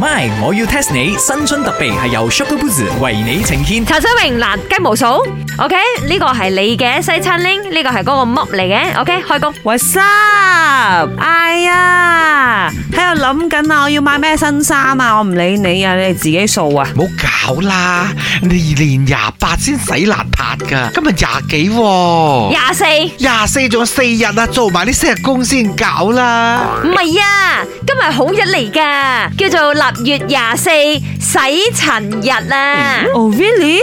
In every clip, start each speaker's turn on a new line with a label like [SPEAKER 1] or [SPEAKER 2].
[SPEAKER 1] My，我要 test 你新春特備係由 Sugar Boost 為你呈現。
[SPEAKER 2] 茶水榮嗱雞毛掃，OK 呢個係你嘅西餐拎，呢個係嗰個 mop 嚟嘅，OK 開工。
[SPEAKER 3] What's up？哎呀，喺度諗緊啊，我要買咩新衫啊？我唔理你啊，你哋自己掃啊！
[SPEAKER 4] 唔好搞啦，你年廿八先洗邋遢噶，今日廿幾喎，
[SPEAKER 2] 廿四唔
[SPEAKER 4] 廿四仲有四日啊，做埋呢四日工先搞啦。
[SPEAKER 2] 係啊，今日好日嚟噶，叫做立月廿四洗塵日啊！
[SPEAKER 3] 哦、really？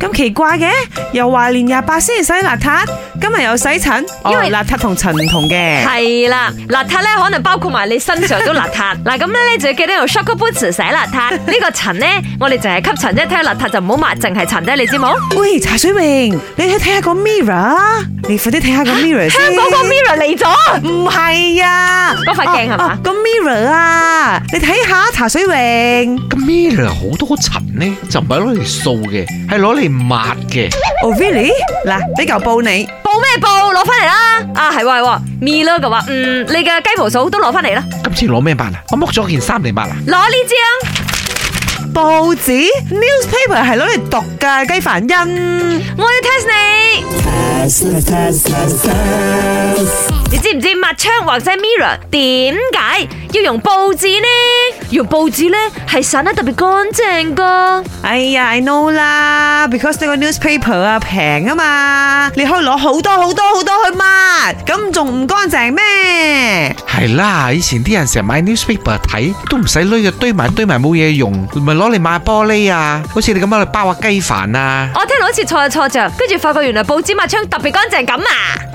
[SPEAKER 3] 咁奇怪嘅，又話年廿八先至洗邋遢，今日又洗塵，
[SPEAKER 2] 因
[SPEAKER 3] 因
[SPEAKER 2] 為
[SPEAKER 3] 為邋遢同塵唔同嘅。
[SPEAKER 2] 係啦，邋遢咧可能包括埋你身上都邋遢。嗱咁咧，你就要記得用 shock boots 洗邋遢。呢個塵咧，我哋淨係吸塵啫，睇下邋遢就唔好抹，淨係塵啫，你知冇？
[SPEAKER 3] 喂，茶水榮，你去睇下個 mirror，啊你快啲睇下個 mirror 先。
[SPEAKER 2] 香港個 mirror 嚟咗，
[SPEAKER 3] 唔係啊，
[SPEAKER 2] 嗰塊鏡係嘛
[SPEAKER 3] 哦哦個 mirror 啊，你睇下茶水榮。
[SPEAKER 4] 咁 mirror 好多塵呢，就唔係攞嚟掃嘅，係攞嚟抹嘅。
[SPEAKER 3] 哦，really？嗱，俾嚿布你。
[SPEAKER 2] 報咩報？攞翻嚟啦！啊，係喎係喎，mirror 嘅話，嗯，你嘅雞毛掃都攞翻嚟啦，
[SPEAKER 4] 今次攞咩抹啊？我剝咗件衫嚟抹啊。
[SPEAKER 2] 攞呢支啊！
[SPEAKER 3] 報紙 newspaper 係攞嚟讀噶，雞凡欣。
[SPEAKER 2] 我要 test 你。你知唔知抹窗或者 mirror 點解要用報紙呢？用報紙呢係散得特別乾淨噶。
[SPEAKER 3] 哎呀，I know 啦，because 呢個 newspaper 啊平啊嘛，你可以攞好多好多好多去抹，咁仲唔乾淨咩？
[SPEAKER 4] 係啦，以前啲人成日買 newspaper 睇，都唔使攞嘅堆埋堆埋冇嘢用，咪攞嚟抹玻璃啊，好似你咁樣去包下雞飯啊。
[SPEAKER 2] 我聽到好似錯就錯着，跟住發覺原來報紙抹窗特別乾淨咁啊！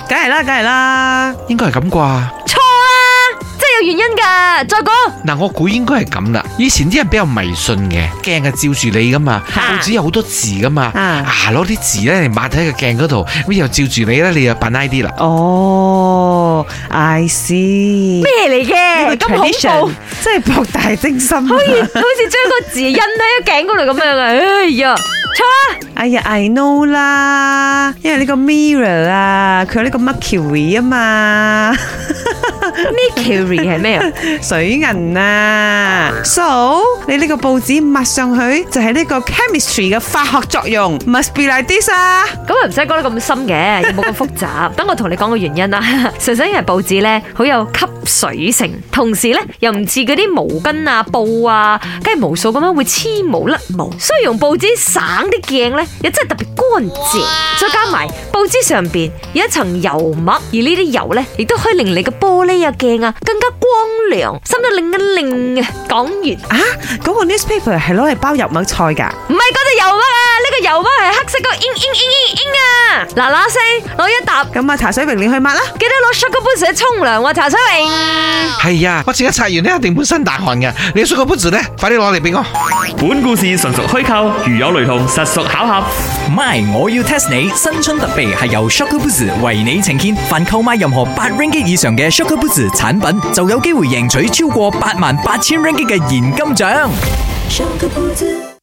[SPEAKER 3] 梗係啦，梗係啦。
[SPEAKER 4] 應該係咁啩。
[SPEAKER 2] 錯啦，真係有原因噶。再講，
[SPEAKER 4] 嗱，我估應該係咁啦。以前啲人比較迷信嘅，鏡係照住你噶嘛，報紙有好多字噶嘛，
[SPEAKER 3] 啊
[SPEAKER 4] 啊攞啲字咧嚟抹喺個鏡嗰度，咁又照住你咧，你又扮 I D 啦。
[SPEAKER 3] 哦，I see。
[SPEAKER 2] 咩嚟嘅？咁恐怖
[SPEAKER 3] tradition，。真係博大精深啊。
[SPEAKER 2] 好似好似將個字印喺個頸嗰度咁樣啊！哎呀，錯啊啦，
[SPEAKER 3] 哎呀，I know 啦，因為呢個 mirror 啊，佢有呢個 mercury 啊嘛。
[SPEAKER 2] Mercury 係咩啊？
[SPEAKER 3] 水銀啊，so 你呢個報紙抹上去就係呢個 chemistry 嘅化學作用，must be like this 啊。
[SPEAKER 2] 咁啊唔使講得咁深嘅，又冇咁複雜。等我同你講個原因啦。 純粹因為報紙咧好有吸水性，同時咧又唔似嗰啲毛巾啊、布啊、雞毛掃咁樣會黐毛甩毛，所以用報紙省啲鏡咧又真係特別乾淨。再加埋報紙上邊有一層油墨，而呢啲油咧亦都可以令你嘅玻璃啊、鏡啊更加光亮，心都令一令嘅。講完。
[SPEAKER 3] 啊，嗰、個 newspaper 係攞嚟包入墨菜㗎。
[SPEAKER 2] 唔係嗰隻油啊，呢、個油啊係黑色嗰個 in in in in in 啊！嗱嗱聲攞一沓，
[SPEAKER 3] 咁啊，茶水榮你去抹啦。
[SPEAKER 2] 記得攞 sugar boost 嚟沖涼喎，啊茶水榮。
[SPEAKER 4] 係啊，我自己擦完咧，一定滿身大汗嘅。你嘅 Sugar Boots 咧，快啲攞嚟俾我。
[SPEAKER 5] 本故事純屬虛構，如有雷同，實屬巧合。
[SPEAKER 1] My，我要 test 你新春特備係由 Sugar Boost 為你呈現。凡購買任何八 ringgit 以上嘅 Sugar Boost 產品，就有機會贏取超過八萬八千 ringgit 嘅現金獎。
[SPEAKER 6] 上個不字。